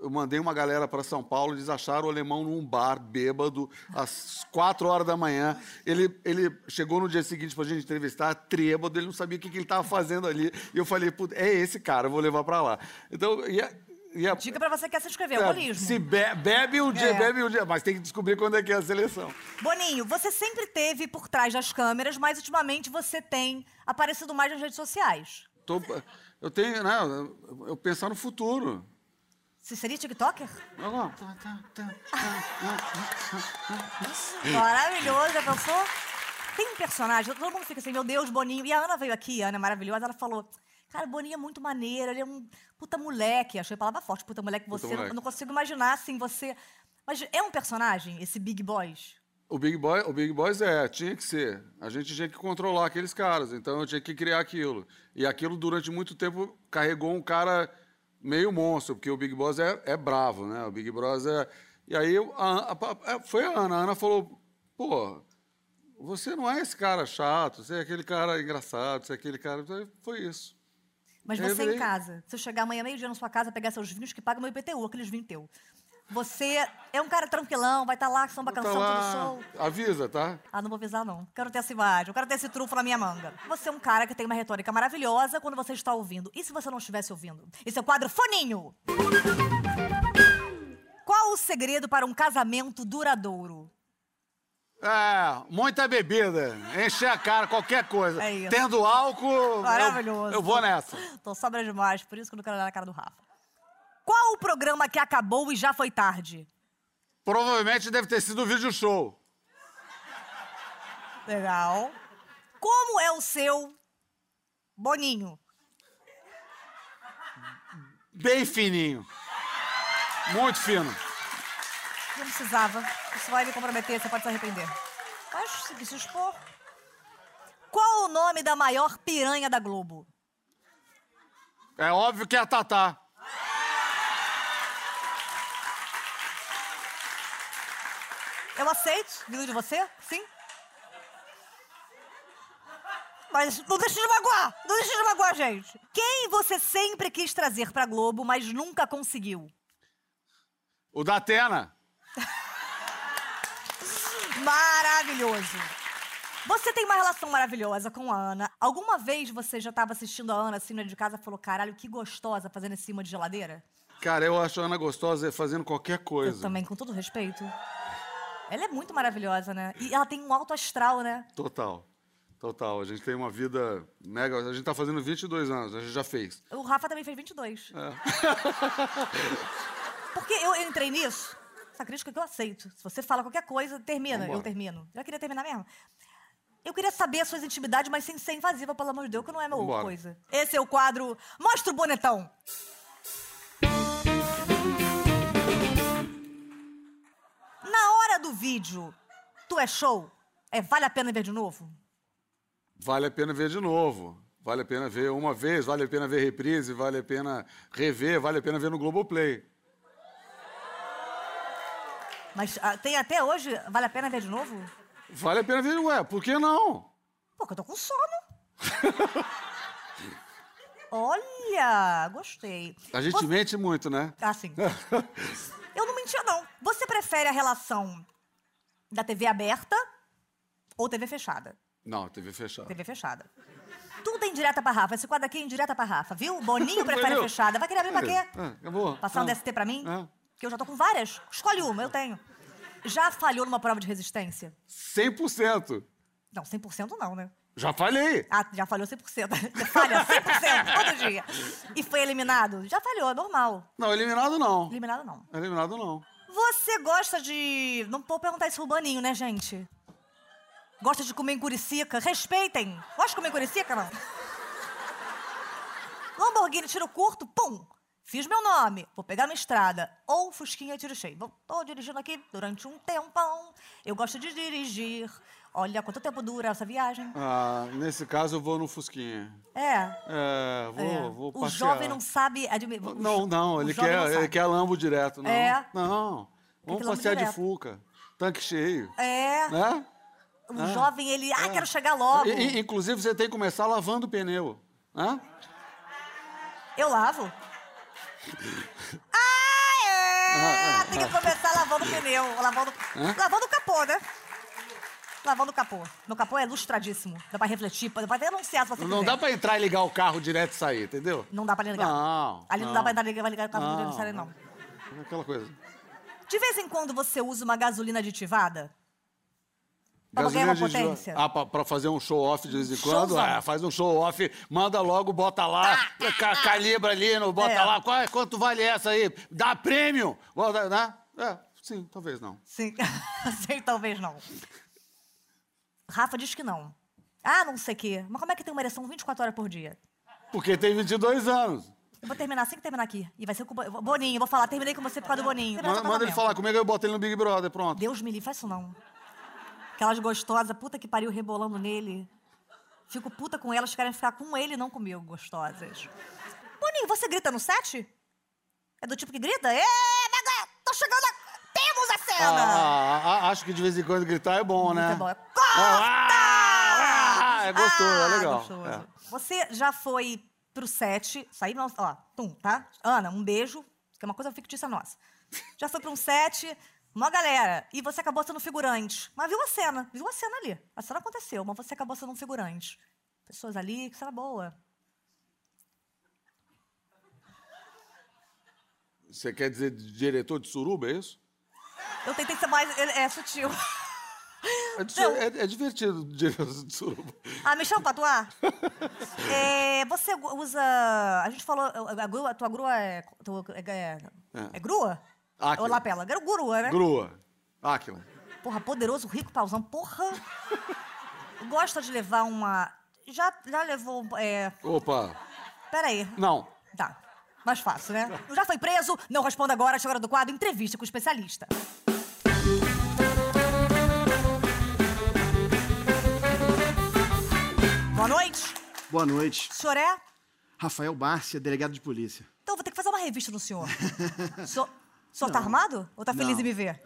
S2: Eu mandei uma galera para São Paulo, eles acharam o alemão num bar, bêbado, às quatro horas da manhã. Ele, ele chegou no dia seguinte pra gente entrevistar, trêbado, ele não sabia o que, que ele estava fazendo ali. E eu falei, "Putz, é esse cara, eu vou levar para lá. Então, e a- E a-
S1: Dica pra você que quer se inscrever, é,
S2: é,
S1: bolismo.
S2: se be- bebe um dia,
S1: É.
S2: bebe um dia. Mas tem que descobrir quando é que é a seleção.
S1: Boninho, você sempre teve por trás das câmeras, mas ultimamente você tem aparecido mais nas redes sociais.
S2: Tô- eu tenho, né? eu- Eu pensar no futuro.
S1: Você seria TikToker?
S2: Olha lá. Tá, tá, tá.
S1: Maravilhoso, já pensou? Tem um personagem, todo mundo fica assim, meu Deus, Boninho. E a Ana veio aqui, a Ana é maravilhosa, ela falou. Cara, o Boninho é muito maneiro, ele é um puta moleque. Achei a palavra forte, puta moleque.
S2: Puta
S1: Você,
S2: moleque.
S1: Eu não consigo imaginar assim, você. Mas é um personagem, esse Big Boys?
S2: O Big Boy, o Big Boys é, tinha que ser. A gente tinha que controlar aqueles caras, então eu tinha que criar aquilo. E aquilo durante muito tempo carregou um cara meio monstro, porque o Big Boss é, é bravo, né? O Big Boss é. E aí eu- a- a- a- foi a Ana. A Ana falou: pô, você não é esse cara chato, você é aquele cara engraçado, você é aquele cara. Foi isso.
S1: Mas
S2: Eu
S1: você em
S2: virei-
S1: casa, se eu chegar amanhã meio-dia na sua casa, pegar seus vinhos que pagam meu IPTU, aqueles vinhos teu. Você é um cara tranquilão, vai estar lá, samba
S2: Tá
S1: canção,
S2: lá,
S1: tudo show.
S2: avisa, tá?
S1: Ah, não vou avisar, não. Quero ter essa imagem, eu quero ter esse trufo na minha manga. Você é um cara que tem uma retórica maravilhosa quando você está ouvindo. E se você não estivesse ouvindo? Esse é o quadro Foninho! Qual o segredo para um casamento duradouro?
S4: É, muita bebida. Encher a cara, qualquer coisa.
S1: É isso.
S4: Tendo álcool, eu,
S1: Maravilhoso.
S4: eu vou nessa.
S1: Tô sobra demais, por isso que eu não quero olhar na cara do Rafa. Qual o programa que acabou e já foi tarde?
S4: Provavelmente deve ter sido um vídeo show.
S1: Legal. Como é o seu Boninho?
S4: Bem fininho. Muito fino.
S1: Não precisava. Isso vai me comprometer, você pode se arrepender. Mas se quis se expor. Qual o nome da maior piranha da Globo?
S4: É óbvio que é a Tatá.
S1: Eu aceito, vindo de você? Sim? Mas não deixe de magoar! Não deixe de magoar, gente! Quem você sempre quis trazer pra Globo, mas nunca conseguiu?
S4: O da Atena.
S1: Maravilhoso. Você tem uma relação maravilhosa com a Ana. Alguma vez você já estava assistindo a Ana assim né, de casa e falou: caralho, que gostosa fazendo em cima de geladeira?
S2: Cara, eu acho a Ana gostosa fazendo qualquer
S1: Eu
S2: coisa.
S1: também, com todo respeito. Ela é muito maravilhosa, né? E ela tem um alto astral, né?
S2: Total. Total. A gente tem uma vida mega. A gente tá fazendo 22 anos, a gente já fez.
S1: O Rafa também fez 22. Porque eu eu entrei nisso. Essa crítica que eu aceito. Se você fala qualquer coisa, termina. Eu termino. Eu queria terminar mesmo. Eu queria saber as suas intimidades, mas sem ser invasiva, pelo amor de Deus, que não é meu
S2: Vambora.
S1: coisa. Esse é o quadro Mostra o Bonetão. Na hora do vídeo, tu é show? É, vale a pena ver de novo?
S2: Vale a pena ver de novo. Vale a pena ver uma vez, vale a pena ver reprise, vale a pena rever, vale a pena ver no Globoplay.
S1: Mas ah, tem até hoje, vale a pena ver de novo?
S2: Vale a pena ver, ué, por que não?
S1: Pô, que eu tô com sono. Olha, gostei.
S2: A gente
S1: Você-
S2: mente muito, né?
S1: Ah, sim. eu não mentia, não. Você prefere a relação da TV aberta ou TV fechada?
S2: Não, TV fechada.
S1: TV fechada. Tudo é indireta pra Rafa. Esse quadro aqui é indireta pra Rafa, viu? Boninho prefere
S2: Entendeu?
S1: fechada. Vai querer abrir pra quê?
S2: Ah, acabou.
S1: Passar um
S2: Ah.
S1: DST pra mim?
S2: Ah.
S1: Porque eu já tô com várias. Escolhe uma, eu tenho. Já falhou numa prova de resistência?
S2: 100%.
S1: Não, 100% não, né?
S2: Já falei.
S1: Ah, já falhou 100%. Falha 100% todo dia. E foi eliminado? Já falhou, é normal.
S2: Não, eliminado não.
S1: Eliminado não.
S2: Eliminado não.
S1: Você gosta de. Não vou perguntar isso pro Baninho, né, gente? Gosta de comer em curicica? Respeitem! Gosta de comer em curicica, não? Lamborghini, tiro curto, pum! Fiz meu nome, vou pegar minha estrada. Ou Fusquinha, tiro cheio. Bom, tô dirigindo aqui durante um tempão. Eu gosto de dirigir. Olha quanto tempo dura essa viagem.
S2: Ah, nesse caso eu vou no Fusquinha.
S1: É,
S2: É, vou,
S1: É.
S2: vou
S1: o
S2: passear.
S1: jovem não sabe admirar.
S2: Não, não, ele quer, ele quer lambo direto, não.
S1: É.
S2: Não. Vamos
S1: que lambo
S2: passear de
S1: direto.
S2: fuca. Tanque cheio.
S1: É,
S2: Né?
S1: o jovem, ele. Ah, quero chegar logo.
S2: I- i- inclusive, você tem que começar lavando o pneu. Né?
S1: Eu lavo. Ah,
S2: é.
S1: é! Tem que começar lavando o pneu. Lavando, lavando o capô, né? lavando o capô. Meu capô é lustradíssimo. Dá pra refletir, dá pra até anunciar se você
S4: Não
S1: quiser.
S4: dá pra entrar e ligar o carro direto e sair, entendeu?
S1: Não dá pra ligar.
S4: Não,
S1: Ali não,
S4: não.
S1: dá pra ligar, vai ligar o carro
S4: Não,
S1: do Grande Sara, não.
S2: É
S4: Aquela coisa.
S1: De vez em quando você usa uma gasolina aditivada? Pra
S4: Gasolina
S1: ganhar uma
S4: de João.
S1: potência?
S4: Ah, pra, pra fazer um show-off de vez em quando?
S1: Showzão. Ah,
S4: Ah, faz um show-off, manda logo, bota lá, ca- calibra ali, não bota
S1: É.
S4: lá. Qual, é- quanto vale essa aí? Dá prêmio! Bota, né? É, sim, talvez não.
S1: Sim. sei, talvez não. Rafa diz que não. Ah, não sei o quê. Mas como é que tem uma ereção 24 horas por dia?
S4: Porque tem 22 anos.
S1: Eu vou terminar assim que terminar aqui. E vai ser com o Bo- eu vou- Boninho. eu Vou falar, terminei com você por causa do Boninho.
S4: Manda, manda ele falar comigo, eu boto ele no Big Brother, pronto.
S1: Deus me livre, faz isso não. Aquelas gostosas, puta que pariu, rebolando nele. Fico puta com elas, querem ficar com ele, não comigo, gostosas. Boninho, você grita no set? É do tipo que grita? É, Maga, tô chegando, a... temos a
S4: Ah,
S1: cena!
S4: ah, ah, acho que de vez em quando gritar é bom, né?
S1: Muito bom.
S4: Ah, ah, é gostoso, é legal.
S1: gostoso.
S4: É.
S1: Você já foi pro set, isso aí, não- ó, tum, tá? Ana, um beijo, que é uma coisa fictícia nossa. Já foi pra um set, uma galera, e você acabou sendo um figurante. Mas viu a cena, viu a cena ali. A cena aconteceu, mas você acabou sendo um figurante. Pessoas ali, que cena boa.
S4: Você quer dizer diretor de suruba, é isso?
S1: Eu tentei ser mais é, é, sutil.
S4: É, de su-
S1: Não.
S4: é- é divertido, diretor de suruba.
S1: Ah, me chama pra atuar? É, você gu- usa. A gente falou. A, a grua, tua grua é. tu- é, é- é grua?
S4: Áquila.
S1: Ou lapela? Gru- Grua, né?
S4: Grua. Áquila.
S1: Porra, poderoso, rico, pausão, porra. Gosta de levar uma. Já, já levou. É...
S4: Opa.
S1: Peraí.
S4: Não.
S1: Tá. Mais fácil, né? Já foi preso? Não responda agora, chegou a hora do quadro. Entrevista com o especialista. Boa noite.
S5: Boa noite.
S1: O senhor é?
S5: Rafael Bárcia, delegado de polícia.
S1: Então eu vou ter que fazer uma revista no senhor. O senhor, o senhor tá armado? Ou tá feliz
S5: Não.
S1: em me ver?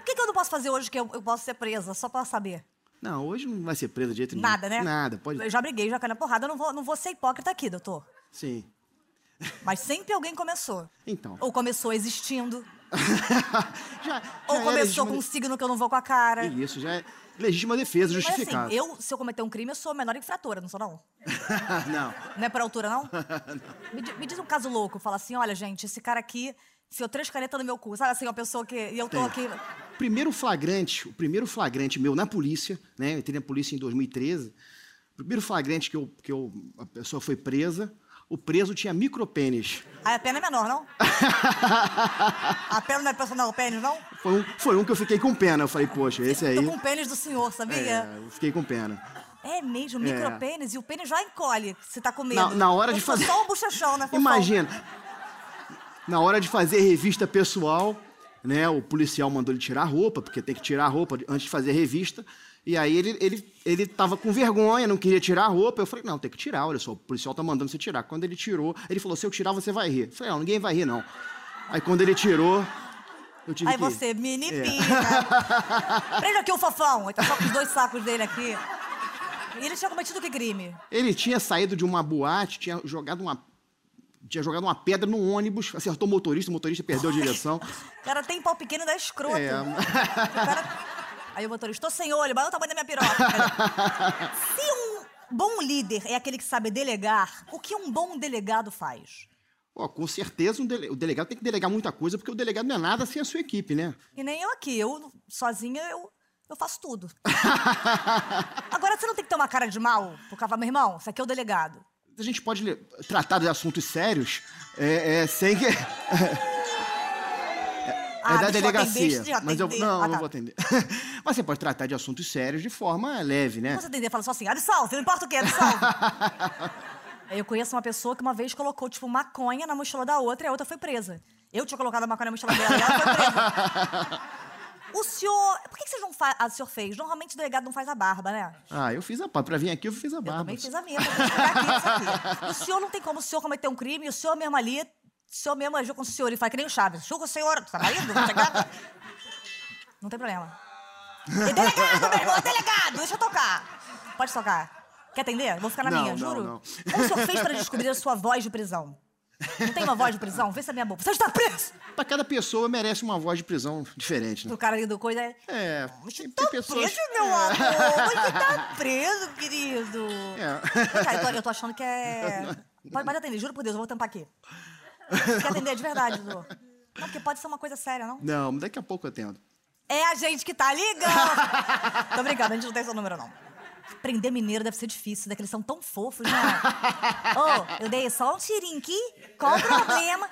S1: O que, que eu não posso fazer hoje que eu, eu posso ser presa, só pra saber?
S5: Não, hoje não vai ser preso de jeito nenhum.
S1: Nada, né?
S5: Nada, pode.
S1: Eu já briguei, já caí na porrada. Eu não vou, não vou ser hipócrita aqui, doutor.
S5: Sim.
S1: Mas sempre alguém começou.
S5: Então.
S1: Ou começou existindo.
S5: já, já
S1: Ou
S5: é
S1: começou
S5: legítima
S1: com um
S5: de-
S1: signo que eu não vou com a cara.
S5: Isso, já é legítima defesa,
S1: Mas assim,
S5: justificada.
S1: eu, se eu cometer um crime, eu sou a menor infratora, não sou não?
S5: não.
S1: Não é por altura, não? Me, di- me diz um caso louco. Fala assim, olha, gente, esse cara aqui enfiou três canetas no meu cu. Sabe assim, uma pessoa que... E eu tô aqui...
S5: Primeiro flagrante, o primeiro flagrante meu na polícia, né? Eu entrei na polícia em 2013. O primeiro flagrante que, eu, que eu, a pessoa foi presa, o preso tinha micropênis.
S1: Aí a pena é menor, não? A pena não é personal pênis, não?
S5: Foi um, foi um que eu fiquei com pena. Eu falei, poxa, esse aí.
S1: Tô com o pênis do senhor, sabia?
S5: É, eu fiquei com pena.
S1: É, mesmo, micropênis. E o pênis já encolhe, se tá com medo.
S5: Na, na hora
S1: Eu
S5: de
S1: sou
S5: fazer.
S1: Só o bochechão, né? fofão?
S5: Imagina. Na hora de fazer revista pessoal, né? O policial mandou ele tirar a roupa, porque tem que tirar a roupa antes de fazer a revista. E aí ele, ele, ele tava com vergonha, não queria tirar a roupa. Eu falei, não, tem que tirar, olha só, o policial tá mandando você tirar. Quando ele tirou, ele falou, se eu tirar, você vai rir. Eu falei, não, ninguém vai rir, não. Aí quando ele tirou, eu tive
S1: Aí
S5: que...
S1: você, mini pina.
S5: É.
S1: Prende aqui o fofão. Ele tá só com os dois sacos dele aqui. E ele tinha cometido que crime?
S5: Ele tinha saído de uma boate, tinha jogado uma... Tinha jogado uma pedra num ônibus, acertou o motorista, o motorista perdeu a direção.
S1: O cara tem pau pequeno da escroto.
S5: É.
S1: O cara- Aí o motorista, tô sem olho, mas olha o tamanho da minha piroca. Se um bom líder é aquele que sabe delegar, o que um bom delegado faz?
S5: Ó, com certeza um dele- o delegado tem que delegar muita coisa, porque o delegado não é nada sem a sua equipe, né?
S1: E nem eu aqui. Eu, sozinha, eu, eu faço tudo. Agora, você não tem que ter uma cara de mal? Por causa, meu irmão, isso aqui é o delegado.
S5: A gente pode le- tratar de assuntos sérios é, é, sem que.
S1: Ah,
S5: é da
S1: deixa eu
S5: delegacia.
S1: atender, deixa eu
S5: mas eu
S1: atender.
S5: não,
S1: Ah,
S5: eu
S1: tá.
S5: não vou atender. mas você pode tratar de assuntos sérios de forma leve, né?
S1: Você entender? Fala só assim, absolve, não importa o que, absolve. Aí eu conheço uma pessoa que uma vez colocou, tipo, maconha na mochila da outra e a outra foi presa. Eu tinha colocado a maconha na mochila dela e ela foi presa. O senhor. Por que que vocês não fazem. Ah, o senhor fez? Normalmente o delegado não faz a barba, né?
S5: Ah, eu fiz a barba. Pra vir aqui, eu fiz a
S1: Eu
S5: barba.
S1: também fiz a minha, pra gente ficar aqui, isso aqui. E O senhor não tem como o senhor cometer um crime, e o senhor mesmo ali, o senhor mesmo agiu com o senhor e fala que nem o Chaves. Julga o senhor, tá marido? Tá ligado? Não tem problema. E delegado, meu irmão, delegado, deixa eu tocar. Pode tocar. Quer atender? Vou ficar na
S5: Não,
S1: minha,
S5: não,
S1: juro.
S5: não.
S1: Como o senhor fez pra descobrir a sua voz de prisão? Não tem uma voz de prisão? Vê se é minha boca. Você está preso!
S5: Pra cada pessoa merece uma voz de prisão diferente, né?
S1: O cara ali do coisa é...
S5: É,
S1: Você
S5: tem,
S1: tá
S5: tem pessoas...
S1: preso, meu amor! Você tá preso, querido!
S5: É.
S1: Cara, eu tô, eu tô achando que é... Pode, pode atender, juro por Deus, eu vou tampar aqui. Quer atender de verdade, Dudu? Não, porque pode ser uma coisa séria, não?
S5: Não, daqui a pouco eu atendo.
S1: É a gente que tá ligando! Tô brincando, a gente não tem seu número, não. Prender mineiro deve ser difícil, né? Que eles são tão fofos, né? Ô, eu dei só um tirinho aqui, qual o problema?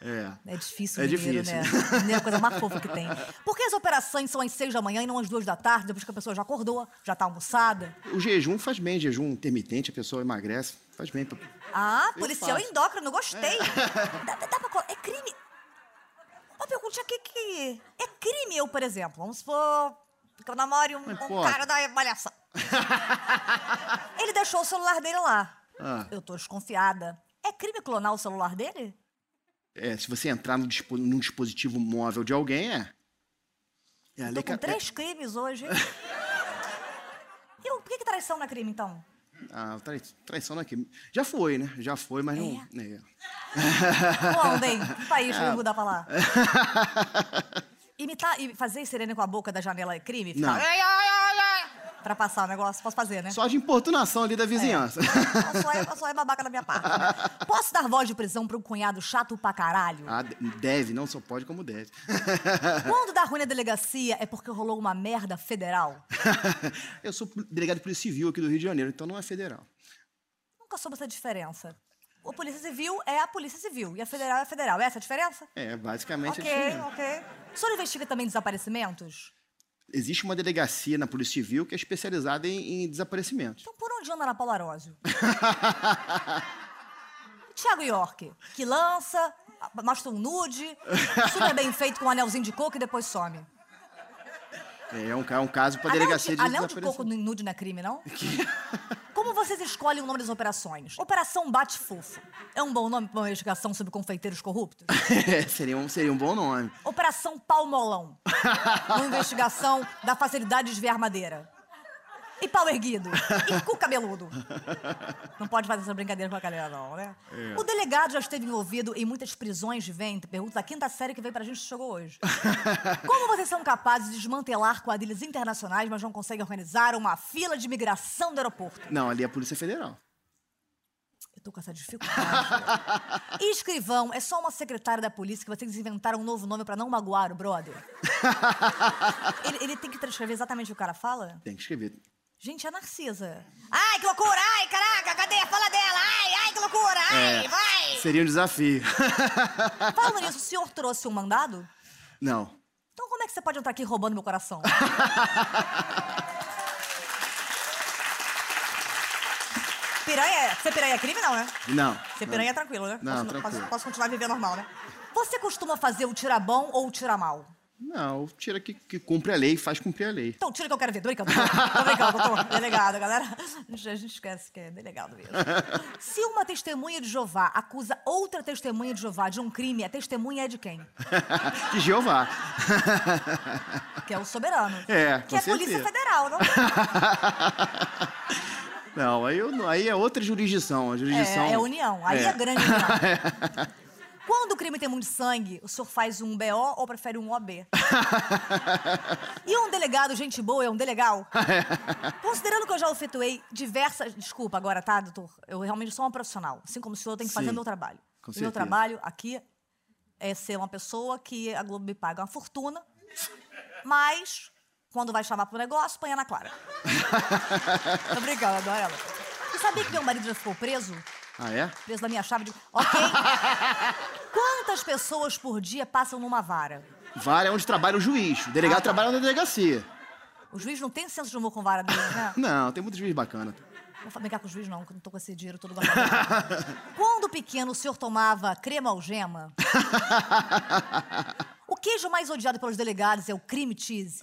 S5: É.
S1: É difícil,
S5: É
S1: mineiro,
S5: difícil.
S1: né? Mineiro é a coisa mais fofa que tem. Por que as operações são às seis da manhã e não às duas da tarde, depois que a pessoa já acordou, já tá almoçada?
S5: O jejum faz bem, jejum intermitente, a pessoa emagrece, faz bem. pra-
S1: Ah, policial
S5: faço.
S1: endócrino, gostei. Dá, dá- dá pra co- É crime. Uma pergunta aqui que. É crime eu, por exemplo. Vamos supor que eu namore um,
S5: Não
S1: um
S5: importa.
S1: cara da malhação. Ele deixou o celular dele lá.
S5: Ah.
S1: Eu tô desconfiada. É crime clonar o celular dele?
S5: É, se você entrar no dispo- num dispositivo móvel de alguém, é. É, a
S1: Tô com
S5: lei ca- é-
S1: três crimes hoje. E o- por que, que traição não é crime, então?
S5: Ah, trai- traição não é crime. Já foi, né? Já foi, mas não. é.
S1: Quando, hein? Que país
S5: Ah.
S1: que eu ia mudar pra lá? Imitar e fazer sirene com a boca da janela é crime? Ficar-
S5: Não.
S1: Pra passar o negócio, posso fazer, né?
S5: Só de importunação
S1: É.
S5: ali da vizinhança.
S1: Não, Só é, só é babaca da minha parte. né? Posso dar voz de prisão pra um cunhado chato pra caralho?
S5: Ah, de- deve, não só pode, como deve.
S1: Quando dá ruim na delegacia é porque rolou uma merda federal?
S5: Eu sou delegado de Polícia Civil aqui do Rio de Janeiro, então não é federal.
S1: Nunca soube essa diferença. A Polícia Civil é a Polícia Civil e a Federal é a Federal. Essa é a diferença?
S5: É, basicamente é
S1: ok,
S5: isso mesmo.
S1: ok. O senhor investiga também desaparecimentos?
S5: Existe uma delegacia na Polícia Civil que é especializada em, em desaparecimentos.
S1: Então por onde anda Ana Paula Arósio? Tiago York, que lança, mostra um nude, super bem feito com um anelzinho de coco e depois some.
S5: É um, ca- um caso para
S1: anel
S5: delegacia
S1: de,
S5: de,
S1: anel de coco
S5: desaparecimento.
S1: no nude não é crime, não? Como vocês escolhem o nome das operações? Operação Bate Fofo. É um bom nome para uma investigação sobre confeiteiros corruptos?
S5: É, seria, um, seria um bom nome.
S1: Operação Palmolão. Uma investigação da facilidade de desviar madeira. E pau erguido. E cu cabeludo. Não pode fazer essa brincadeira com a galera, não, né? O delegado já esteve envolvido em muitas prisões de ventre. Pergunta da quinta série que veio pra gente que chegou hoje. Como vocês são capazes de desmantelar quadrilhas internacionais, mas não conseguem organizar uma fila de migração do aeroporto?
S5: Não, ali é a Polícia Federal.
S1: Eu tô com essa dificuldade. E escrivão é só uma secretária da polícia que vocês inventaram um novo nome pra não magoar o brother. ele, ele tem que transcrever exatamente o que o cara fala?
S5: Tem que escrever.
S1: Gente, é Narcisa. Ai, que loucura! Ai, caraca, cadê? Fala dela! Ai, ai, que loucura! Ai,
S5: É.
S1: vai!
S5: Seria um desafio.
S1: Falando nisso, o senhor trouxe um mandado?
S5: Não.
S1: Então como é que você pode entrar aqui roubando meu coração? piranha, ser piranha é crime não, né?
S5: Não.
S1: Ser piranha é tranquilo, né?
S5: Não,
S1: posso,
S5: tranquilo.
S1: Posso, posso continuar a viver normal, né? Você costuma fazer o tira bom ou o tira mal?
S5: Não, tira que, que cumpre a lei, faz cumprir a lei.
S1: Então, tira que eu quero ver. Tô brincando, tô brincando, tô brincando, tô delegado, galera. A gente esquece que é delegado mesmo. Se uma testemunha de Jeová acusa outra testemunha de Jeová de um crime, a testemunha é de quem?
S5: De Jeová.
S1: Que é o soberano.
S5: É,
S1: Que
S5: com
S1: é a Polícia
S5: certeza.
S1: Federal, não?
S5: Não, aí, eu- aí é outra jurisdição. A jurisdição.
S1: É, é união. Aí é,
S5: É.
S1: grande união. Quando o crime tem muito sangue, o senhor faz um BO ou prefere um OB? e um delegado, gente boa, é um delegal? Considerando que eu já efetuei diversas. Desculpa agora, tá, doutor? Eu realmente sou uma profissional. Assim como o senhor, eu tenho que fazer
S5: Sim.
S1: meu trabalho.
S5: Com
S1: O meu
S5: certeza.
S1: trabalho aqui é ser uma pessoa que a Globo me paga uma fortuna, mas quando vai chamar pro negócio, põe a Ana Clara. Tô brincando, eu adoro ela. Você sabia que meu marido já ficou preso?
S5: Ah, é?
S1: Preso na minha chave de. Ok. Quantas pessoas por dia passam numa vara?
S5: Vara é onde trabalha o juiz. O
S1: Ah,
S5: delegado
S1: tá.
S5: trabalha na delegacia.
S1: O juiz não tem senso de humor com vara dele, né?
S5: Não, tem muito juiz bacana.
S1: Não vou brincar com o juiz, não, que eu não tô com esse dinheiro todo gastado. Quando pequeno, o senhor tomava crema algema? O queijo mais odiado pelos delegados é o cream cheese.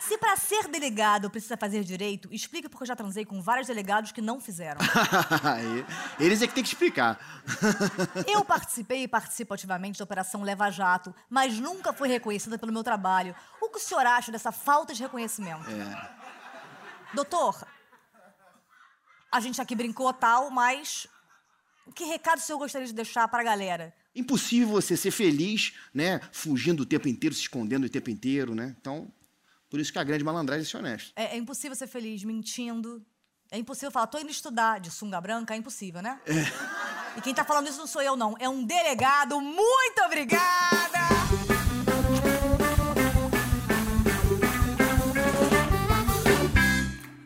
S1: Se pra ser delegado precisa fazer direito, explique porque eu já transei com vários delegados que não fizeram.
S5: Aí, Eles é que tem que explicar.
S1: Eu participei e participo ativamente da Operação Leva Jato, mas nunca fui reconhecida pelo meu trabalho. O que o senhor acha dessa falta de reconhecimento? Doutor, a gente aqui brincou tal, mas Que recado o senhor gostaria de deixar pra galera?
S5: Impossível você ser feliz, né? Fugindo o tempo inteiro, se escondendo o tempo inteiro, né? Então, por isso que a grande malandragem é ser honesto.
S1: É, é impossível ser feliz mentindo. É impossível falar, tô indo estudar de sunga branca, é impossível, né? E quem tá falando isso não sou eu, não. É um delegado. Muito obrigada!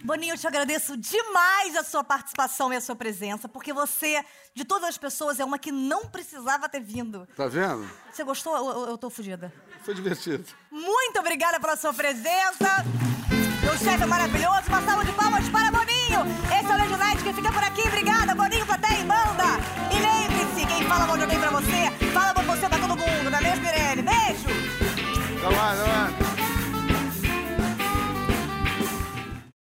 S1: Boninho, eu te agradeço demais a sua participação e a sua presença, porque você, de todas as pessoas, é uma que não precisava ter vindo.
S2: Tá vendo?
S1: Você gostou ou ou- ou eu tô fugida?
S2: Foi divertido.
S1: Muito obrigada pela sua presença. Meu chefe é maravilhoso. Uma salva de palmas para Boninho. Esse é o Lady Night que fica por aqui. Obrigada, Boninho, plateia e banda. E lembre-se, quem fala mal de alguém pra você, fala pra você pra todo mundo, não é mesmo, Irene? Beijo!
S2: Até mais, até mais.